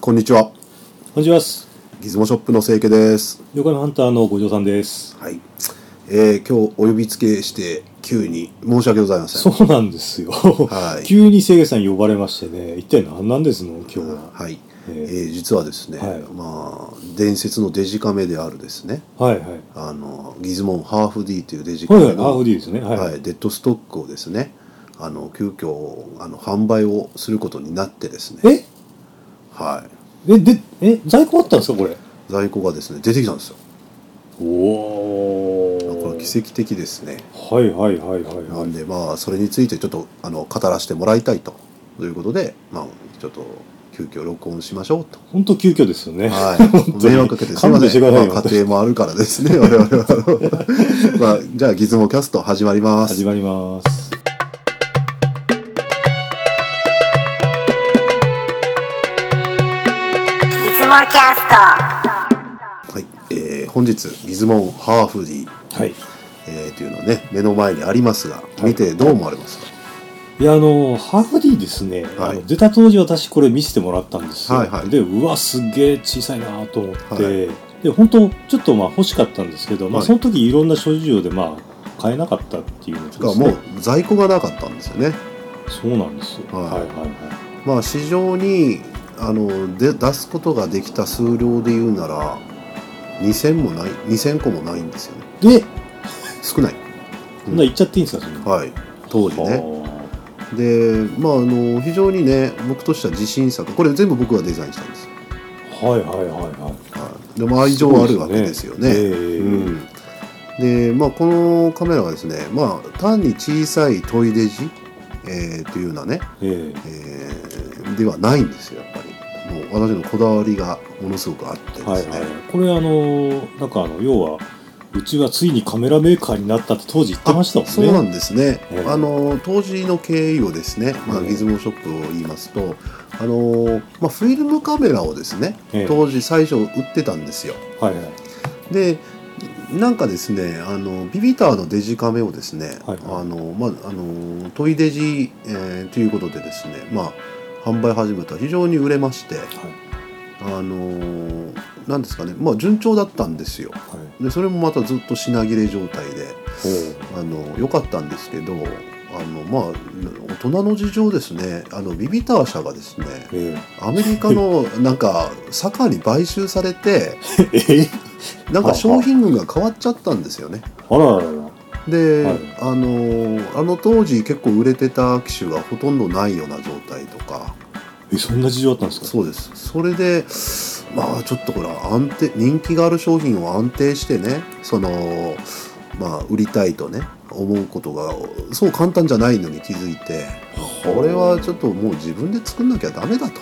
こんにちは。こんにちはっす。ギズモショップの清家です。妖怪のハンターの五条さんです。はい。えー、今日お呼びつけして急に申し訳ございません。そうなんですよ。はい急に清家さん呼ばれましてね、一体何なんですの今日は。はい。ええーー実はですね、はいまあ伝説のデジカメであるですね、はいはい。あのギズモンハーフ D というデジカはいはメい、ハーのフ D ですね。はい。はい、デッドストックをですね、あの急遽あの販売をすることになってですね、えはえ、で、え、在庫あったんですかこれ。い、在庫がですね出てきたんですよ。おこれは奇跡的ですね。跡。はいはいはいはいなはい。んでまあそれについてちょっとあの語らせてもらいたいということで、まあ、ちょっと急遽録音しましょうと。 本当急遽ですよね。はい、迷惑かけてすいま勘弁せしてん、くださいよまあ、家庭もあるからですね我々は、 まあ、じゃあギズモキャスト始まります始まります。はいつもキャストいえー本日ギズモンハーフディ、はい。えーというのはね目の前にありますが見てどう思われますか、いやあのハーフ D ですね、はいあの出た当時私これ見せてもらったんですよ、はいはいでうわすげえ小さいなと思って、はで本当ちょっとまあ欲しかったんですけど、まあ、はいその時いろんな諸事情でまあ買えなかったっていうのですてかもう在庫がなかったんですよねそうなんですよ、ははいい、はいはいまあ市場にあので出すことができた数量で言うなら2000もない2000個もないんですよねで少ない、そんな言っちゃっていいんですかそれ、はい当時ねはでまああの非常にね僕としては自信作これ全部僕がデザインしたんですよ、あはいはいはいははい、でも愛情あるわけですよい、ねええうんでまあ、このカメラはですね、まあ、単に小さいトイデジ、えーというようなね、ええーではないんですよやっぱりもう私のこだわりがものすごくあってえですね、はいはいこれあのなんかあの要はうちはついにカメラメーカーになったって当時言ってましたもんねそうなんですね、ええあの当時の経緯をですね、まあ、ええギズモショップを言いますと、あのまあ、フィルムカメラをですね、ええ当時最初売ってたんですよはいはいでなんかですねあのビビターのデジカメをですね、はいはいあのまあ、あのトイデジ、えーということでですね、まあ、販売始めたら非常に売れましてはいあのなんですかね、まあ、順調だったんですよはいでそれもまたずっと品切れ状態でほうあの良かったんですけどあのまあ大人の事情ですねあのビビター社がですねえアメリカのなんか坂に買収されてえなんか商品群が変わっちゃったんですよね。あららららで、はいあのあの当時結構売れてた機種がほとんどないような状態とかえそんな事情あったんですかそうですそれでまあちょっとほら安定人気がある商品を安定してねそのまあ売りたいとね思うことがそう簡単じゃないのに気づいてこれはちょっともう自分で作んなきゃダメ だと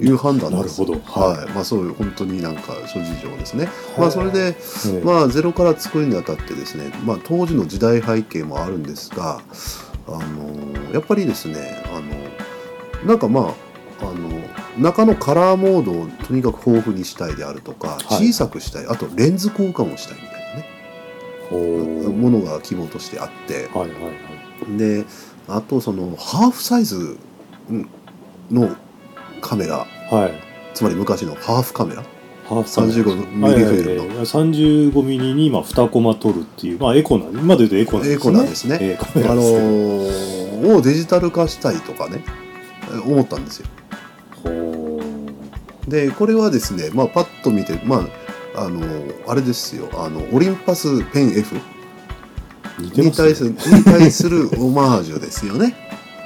いう判断なでるすほどはいまあ、そういう本当になんか諸事情ですね、まあ、それでええまあ、ゼロから作るにあたってですね、まあ、当時の時代背景もあるんですが、あのやっぱりですね、あのなんかまあ、あの中のカラーモードをとにかく豊富にしたいであるとか、は小いさくしたいあとレンズ交換をしたいみたいなね、ほうものが希望としてあってはいはいはいであとそのハーフサイズうんのカメラはいつまり昔のハーフカメラハーフサイズ 35mm フィルはムいはいのはい35ミリにまあ2コマ取るっていうまあエコな今で言うとエコなんですねエコなんですねええカメあラのですけどーをデジタル化したいとかねえ思ったんですよほでこれはですねまあパッと見てまああのーあれですよあのオリンパスペン F う似てにます対すねるに対するオマージュですよね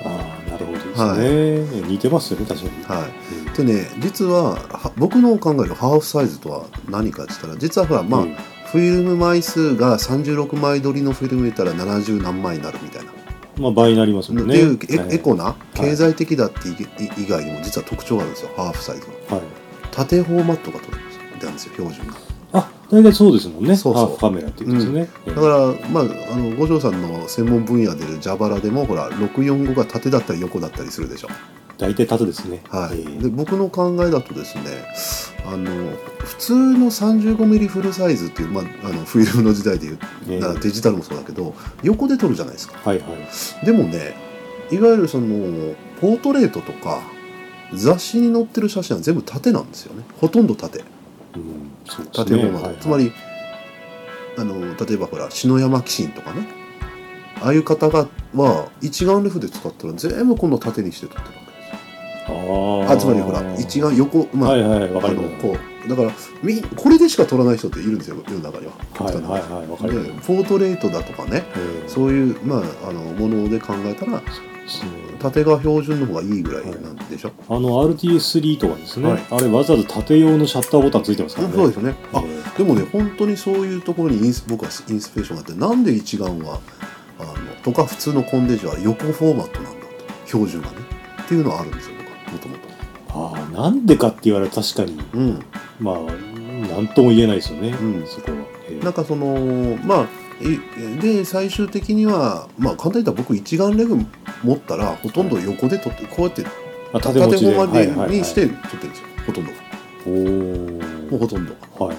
ああなるほどですねえ似てますよね確かにはいうんでね実はは僕の考えるハーフサイズとは何かって言ったら実はほらまあ、うんフィルム枚数が36枚撮りのフィルム入れたら70何枚になるみたいな、まあ倍になりますもんってねいうエ,、はいエコなはい経済的だっていい以外にも実は特徴があるんですよハーフサイズは。はい縦フォーマットが取れたんですよ標準があ大体そうですもんねそうそうハーフカメラっていうんですねええだからまああの五条さんの専門分野である蛇腹でもほら645が縦だったり横だったりするでしょ大体縦ですねはい、ええで僕の考えだとですねあの普通の 35mm フルサイズっていう、まあ、あのフィルムの時代でいうええならデジタルもそうだけど横で撮るじゃないですかはいはいでもねいわゆるそのポートレートとか雑誌に載ってる写真は全部縦なんですよねほとんど縦うん、そうですね縦駒、はいはいつまりあの例えばほら篠山紀信とかねああいう方がは一眼レフで使ったら全部今度縦にして撮ってるわけですよあーあつまりほら一眼横まあ、はいはいわあかりのますこうだからみこれでしか撮らない人っているんですよ世の中には。はいはいはいわかりでますポートレートだとかねうんそういう、まあ、あのもので考えたらそう縦が標準の方がいいぐらいなんでしょ、あの RTS3 とかですね、はいあれわざわざ縦用のシャッターボタンついてますからねそうですねあえーでもね本当にそういうところにインス僕はインスピレーションがあってなんで一眼はあのとか普通のコンデジは横フォーマットなんだと標準がねっていうのはあるんですよ僕はもともと。ああなんでかって言われたら確かにうんまあなんとも言えないですよね、うんそこは、えーなんかそのまあいで最終的にはまあ簡単に言ったら僕一眼レフ持ったらほとんど横で撮ってこうやってあ縦縦持ちでまはいではいはいにして撮ってるんですよほとんどおもうーほとんどはい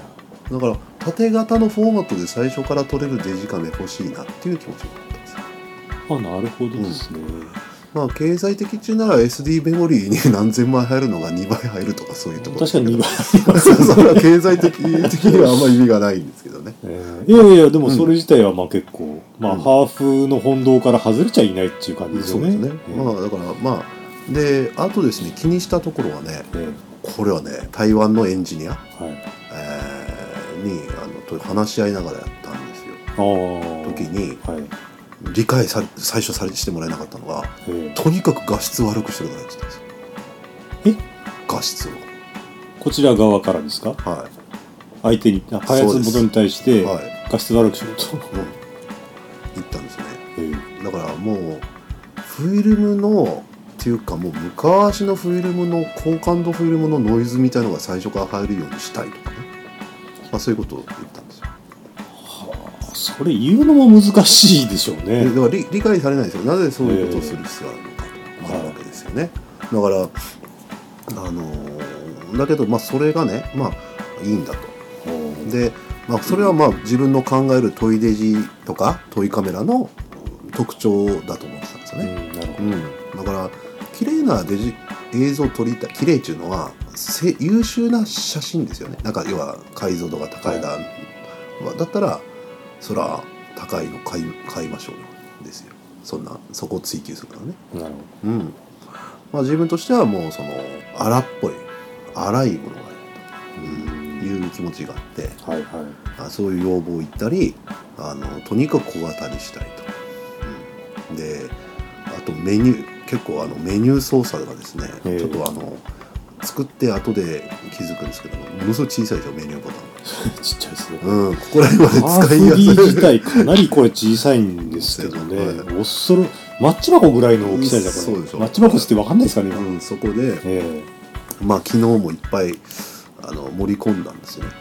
だから縦型のフォーマットで最初から撮れるデジカメ欲しいなっていう気持ちがあったんですよあなるほどですね、まあ経済的中なら SD メモリーに何千枚入るのが2倍入るとかそういうところ確かに2倍、倍それは経済的的にはあんまり意味がないんですけどねえーいやいやいやでもうんそれ自体はまあ結構、まあ、うんハーフの本堂から外れちゃいないっていう感じですそようねですね、えーまあだからまあであとですね気にしたところはねえこれはね台湾のエンジニア、ーはいえーにあのと話し合いながらやったんですよああ時にはい理解され最初されしてもらえなかったのがえーとにかく画質悪くしてくださいって言ったんですよ画質をこちら側からですかは相手にあ開発のことに対しい、てはい画質悪くしろと、うん、言ったんですねえーだからもうフィルムのっていうかもう昔のフィルムの高感度フィルムのノイズみたいのが最初から入るようにしたいとかね、まあ、そういうことを言ったんですよはあそれ言うのも難しいでしょうでねだから理理解されないですよなぜそういうことをする必要があるのかとなるわけですよね、だからあのーだけどまあそれがねまあいいんだとで、まあ、それはまあ自分の考えるトイデジとかトイカメラの特徴だと思ってたんですようんね、なるほうんだから綺麗なデジ映像を撮りたい綺麗っていうのはせ優秀な写真ですよねなんか要は解像度が高いだ、まあだったらそら高いの買い買いましょうよですよそんなそこを追求するからねどなるうんまあ自分としてはもうその荒っぽい荒いものがいほど、いという気持ちがあってはいはいあそういう要望を言ったりあのとにかく小型にしたいと、うんであとメニュー結構あのメニュー操作がですねへえちょっとあの作って後で気づくんですけどもものすごい小さいですよメニューボタちっちゃいですねンが、うん、ここら辺までアー使フリーいやす自い体かなりこれ小さいんですけど小ね、さいですおっそろマッチ箱ぐらいの大きさじゃんこれそうでしょマッチ箱ってわかんないですかね今、うん、そこで、えまあ、昨日もいっぱいあの盛り込んだんですよね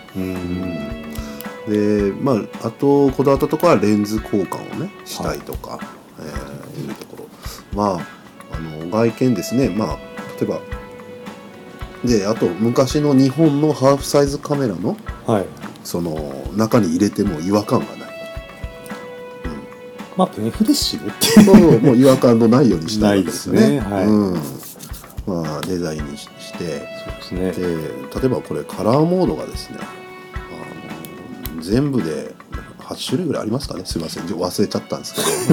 えうんで、まあ、あとこだわったところはレンズ交換をねしたいとか、えーいうところまああの外見ですねまあ例えばであと昔の日本のハーフサイズカメラのはいその中に入れても違和感がないまあペフレッシュねって もうもう違和感のないようにしたいわけですよね。ないですねはいうんまあ、デザインにししてそうですでね例えばこれカラーモードがですねあの全部で8種類ぐらいありますかねすいません忘れちゃったんですけ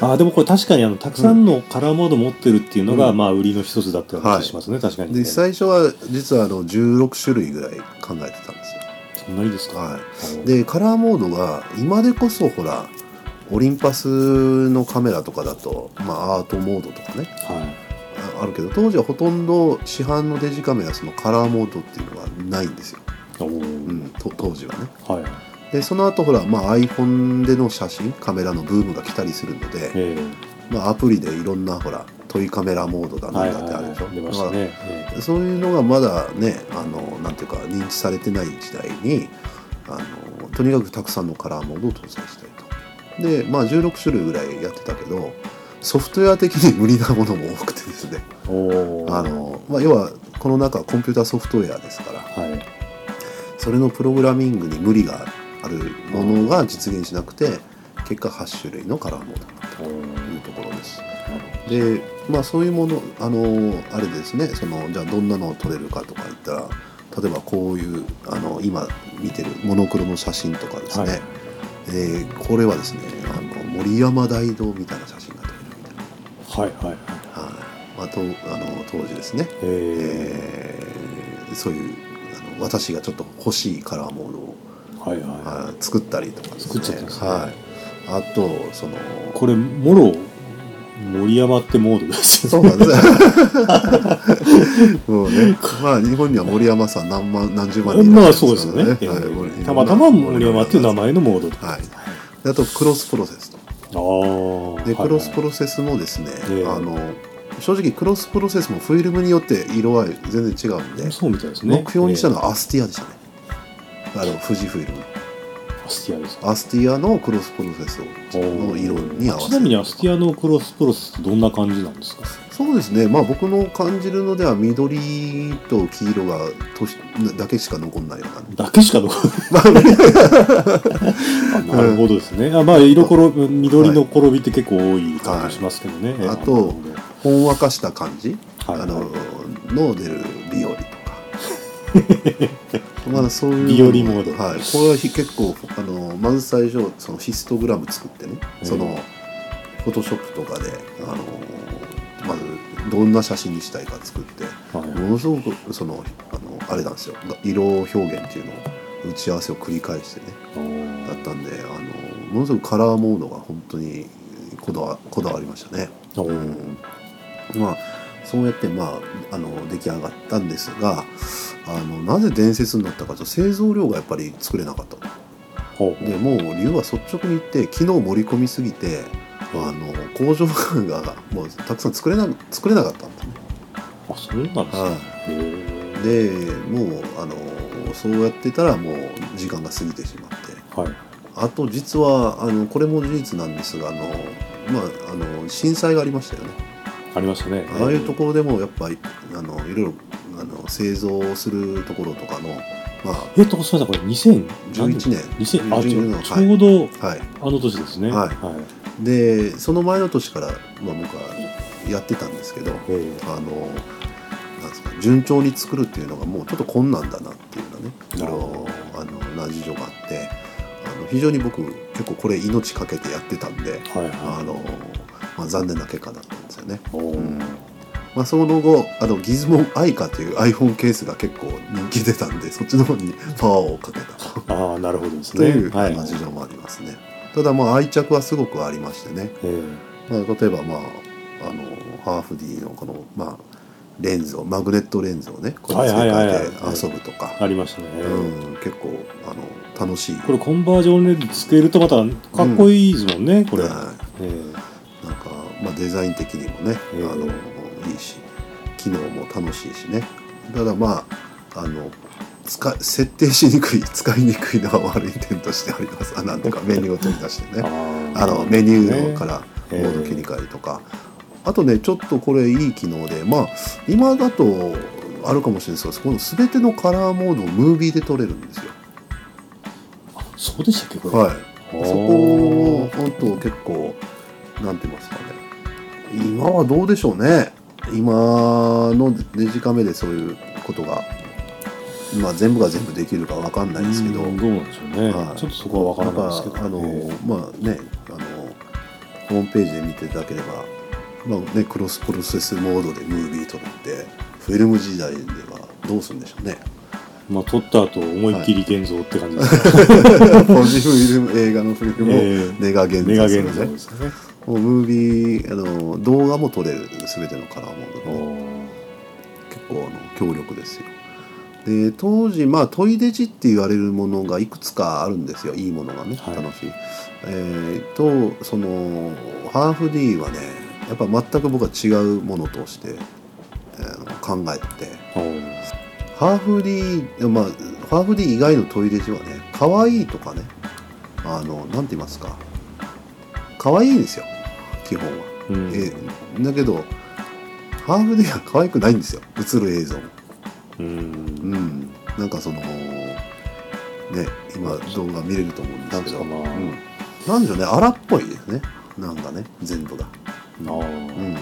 どあでもこれ確かにあのたくさんのカラーモード持ってるっていうのが、うんまあ売りの一つだった気がしますね、確かにね、で最初は実はあの16種類ぐらい考えてたんですよそんなにですか、はあのでカラーモードが今でこそほらオリンパスのカメラとかだと、まあ、アートモードとかねはいああるけど当時はほとんど市販のデジカメはそのカラーモードっていうのがないんですよ、おーうん、と当時はねはいでその後ほら、まあ、iPhone での写真カメラのブームが来たりするので、えまあ、アプリでいろんなほらトイカメラモードだえなはいんはだってあるでしょ、い出ましたね、えだからそういうのがまだねあのなんていうか認知されてない時代にあのとにかくたくさんのカラーモードを搭載したいとでまあ16種類ぐらいやってたけどソフトウェア的に無理なものも多くてですねえおーあの、まあ、要はこの中はコンピューターソフトウェアですからはいそれのプログラミングに無理があるものが実現しなくて結果8種類のカラーモードおーというところです。でまあそういうものあのあれですねそのじゃあどんなのを撮れるかとか言ったら例えばこういうあの今見てるモノクロの写真とかですね、はいえーこれはですねあの森山大道みたいな写真が撮れるみたいな、はいはいはいはいまあ、とあの当時ですね、ええーそういうあの私がちょっと欲しいカラーモードをー、はいはあー作ったりとかですね作っちゃったんですねはい、あとそのいこれもろ森山ってモードですそようねなんです ね。もうね、まあ日本には森山さん何万何十万人いまらっあしゃそいうまですよからね、えーたまたま森山っていう名。前のモードとはい。であとクロスプロセスと。あーではいクロスプロセスもですね、ええあの正直クロスプロセスもフィルムによって色合い全然違うんで、そうみたいですね目標にしたのはアスティアでしたね。あの富士フィルム、えーアスティアですかアスティアのクロスプロセスをの色に合わせちて。なみにアスティアのクロスプロセスってどんな感じなんですかそうですね、まあ、僕の感じるのでは緑と黄色がとしだけしか残んないようなだけしか残ら ないあなるほどですね、あまあ色ころ緑の転びって結構多い感じしますけどね、いあとなるほ ほんわかした感じ、どはいあのの出るビオリとか まあそういうビオリモードはい、これはひ結構あのまず最初そのヒストグラム作ってね、ええそのフォトショップとかであのまずどんな写真にしたいか作ってはいものすごくそのあのあれなんですよ色表現っていうのを打ち合わせを繰り返してねおーだったんであのものすごくカラーモードが本当にこだわこだわりましたね。おうーんまあそうやって、まあ、あの出来上がったんですがあのなぜ伝説になったかというと製造量がやっぱり作れなかったとほうでもう理由は率直に言って昨日盛り込みすぎてあの工場がもうたくさん作れな作れなかったんだね。あそうなんですね、はへーい、でもうあのそうやってたらもう時間が過ぎてしまってはいあと実はあのこれも事実なんですがあの、まあ、あの震災がありましたよね。ありましたねああいうところでもやっぱりあのいろいろあの製造するところとかのまあえっとすみませんこれ2011 11年2000あち11ょのちょうどはいあの年ですねはいはいでその前の年から、まあ、僕はやってたんですけどえーあのなんですか順調に作るっていうのがもうちょっと困難だなっていうのねいろいろあのな事情があってあの非常に僕結構これ命かけてやってたんではいあはの、まあ、残念な結果だったんですよね。いおうんーまあ、その後あのギズモンアイカという iPhone ケースが結構人気出たんでそっちの方にパワーをかけたああなるほどですねというはいまあ事情もありますね、ただまあ愛着はすごくありましてね、えーまあ、例えばまああのハーフ D のこの、まあ、レンズをマグネットレンズをねこれ付けはいはいはいはい替えて遊ぶとか、ありましたね、うん、結構あの楽しいこれコンバージョンレンズつけるとまたかっこいいですもんね、これ、はいえーなんか、まあ、デザイン的にもね、ええあのいいし機能も楽しいしねただまああの使い設定しにくい 使いにくいのは悪い点としてありますあなんとかメニューを取り出してね ああのメニューかねらモード切り替えるとか、あとねちょっとこれいい機能でまあ今だとあるかもしれないですけどこの全てのカラーモードをムービーで撮れるんですよ。あそうでしたっけこれ、はいおーそこを本当結構なんて言いますかね今はどうでしょうね今のデジカメでそういうことが、まあ、全部が全部できるかわかんないですけど、うんどうなんでしょうね、はいちょっとそこは分からないですけなど、んかあの、えまあねあのホームページで見ていただければ、まあね、クロスプロセスモードでムービー撮ってフィルム時代ではどうするんでしょうねーまあ、撮った後思いっきり現像って感じですね、ポジフィルム映画のフィルムをえーネガ現像メガす現る像ねですねもうムービーあの動画も撮れる全てのカラーモードおでー結構あの強力ですよで当時まあトイデジって言われるものがいくつかあるんですよいいものがね、はい楽しいえーとそのハーフ D はねやっぱ全く僕は違うものとして、えー考えてておーハーフ D まあハーフ D 以外のトイレジはね可愛いとかねあのなんて言いますか可愛いんですよ基本はうんえだけどハーフでは可愛くないんですよ映る映像もうんうんなんかそのね今動画見れると思うんですけどなんかなうん、なんでしょうね荒っぽいですねなんかね全部があーうんだ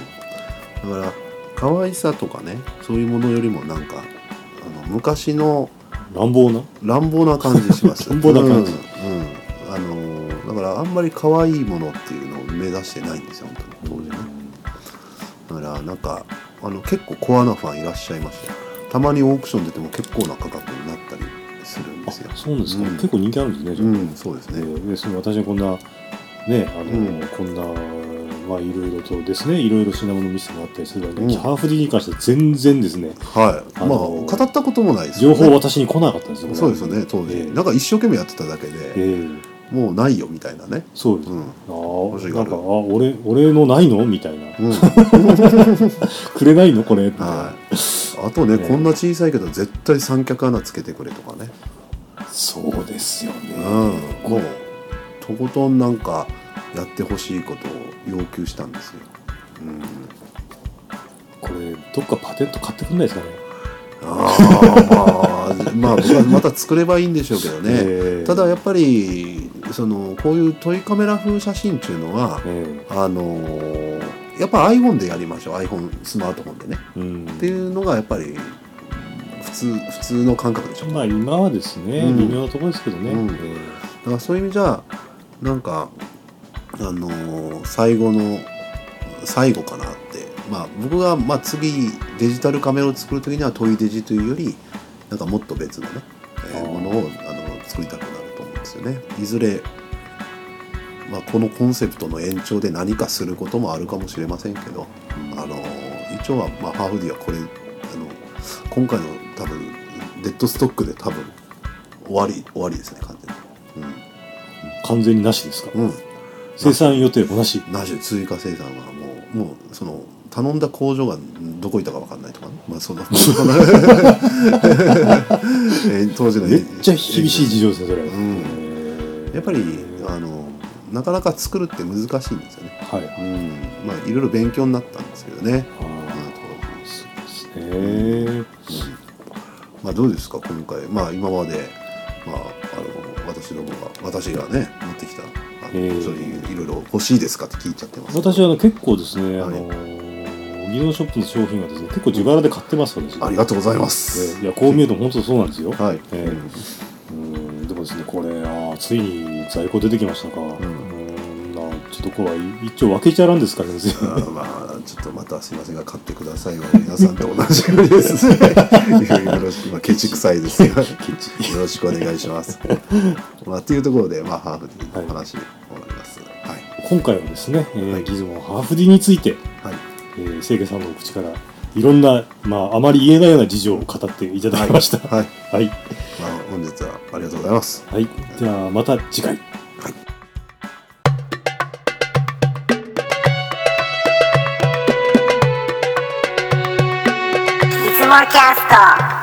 から可愛さとかねそういうものよりもなんかあの昔の乱暴な乱暴な感じします 乱暴な感じうん、うんあのーだからあんまり可愛いものっていうのを目指してないんですよ本当に当時ねだからなんかあの結構コアなファンいらっしゃいましたよたまにオークション出ても結構な価格になったりするんであすよそうなんですか、うん結構人気あるんですねじゃあうんそうですえねーでその私はこんなねあの、うんこんなまあいろいろとですねいろいろ品物見せてもらったりするわけで、うんハーフ D に関しては全然ですねはい、あのーまあ語ったこともないですよ情ね報は私に来なかったんですよこれそうですよね当時、ええなんか一生懸命やってただけえで、ーもうないよみたいなねそうです、うんあ欲あしがなんるかあ俺俺のないのみたいな うんくれないのこれみたいなはい、あとね、ええこんな小さいけど絶対三脚穴つけてくれとかねそうですよねうん、もうとことんなんかやってほしいことを要求したんですよ、うん、これどっかパテント買ってくんないですかねああまあまあ僕はまた作ればいいんでしょうけどね、えーただやっぱりそのこういうトイカメラ風写真っていうのはえあのーやっぱ iPhone でやりましょう iPhone スマートフォンでねーうんっていうのがやっぱり普通普通の感覚でしょまあ今はですね、うん微妙なところですけどね、うんえだからそういう意味じゃなんかあのー最後の最後かなってまあ僕がまあ次デジタルカメラを作る時にはトイデジというよりなんかもっと別のね、えーあーものをあの作りたくなると思うんですよね。いずれまあ、このコンセプトの延長で何かすることもあるかもしれませんけど、あのー一応は、まあ、ハーフディはこれあの今回の多分デッドストックで多分終わり終わりですね完全に。うん完全になしですか、うん、生産予定もなしなぜ追加生産はもうもうその頼んだ工場がどこいたか分かんないとかね、まあ、そのそ のえ当時のめっちゃ厳しい事情ですねそれは、んえーやっぱりあのなかなか作るって難しいんですよね、はいあうんまあ、いろいろ勉強になったんですけどね、あそうですねまあ、どうですか今回、まあ、今まで、まあ、あの私どもが私がね持ってきたあの、ええそういういろいろ欲しいですかって聞いちゃってます私はあの結構ですね、はいあの技能ショップの商品はですね結構自腹で買ってます私ありがとうございまえす、ーいやこう見えても本当そうなんですよ、はい、えーうんでもですねこれあーついに在庫出てきましたか、うんんなちょっとこれはい一応分けちゃらんですからね全あーまあちょっとまたすいませんが買ってくださいは皆さんと同じようにです ねよろしく、まあ、ケチくさいですがよ部ケチろしくお願いしますまあというところでまあハーフディの話に終わりますはい今回はですね、えーはいギズモハーフディについて、はいえー、清家さんのお口からいろんな、まあ、あまり言えないような事情を語っていただきました。はい、はい、まあ、本日はありがとうございますはい、ではまた次回。いつもキャスト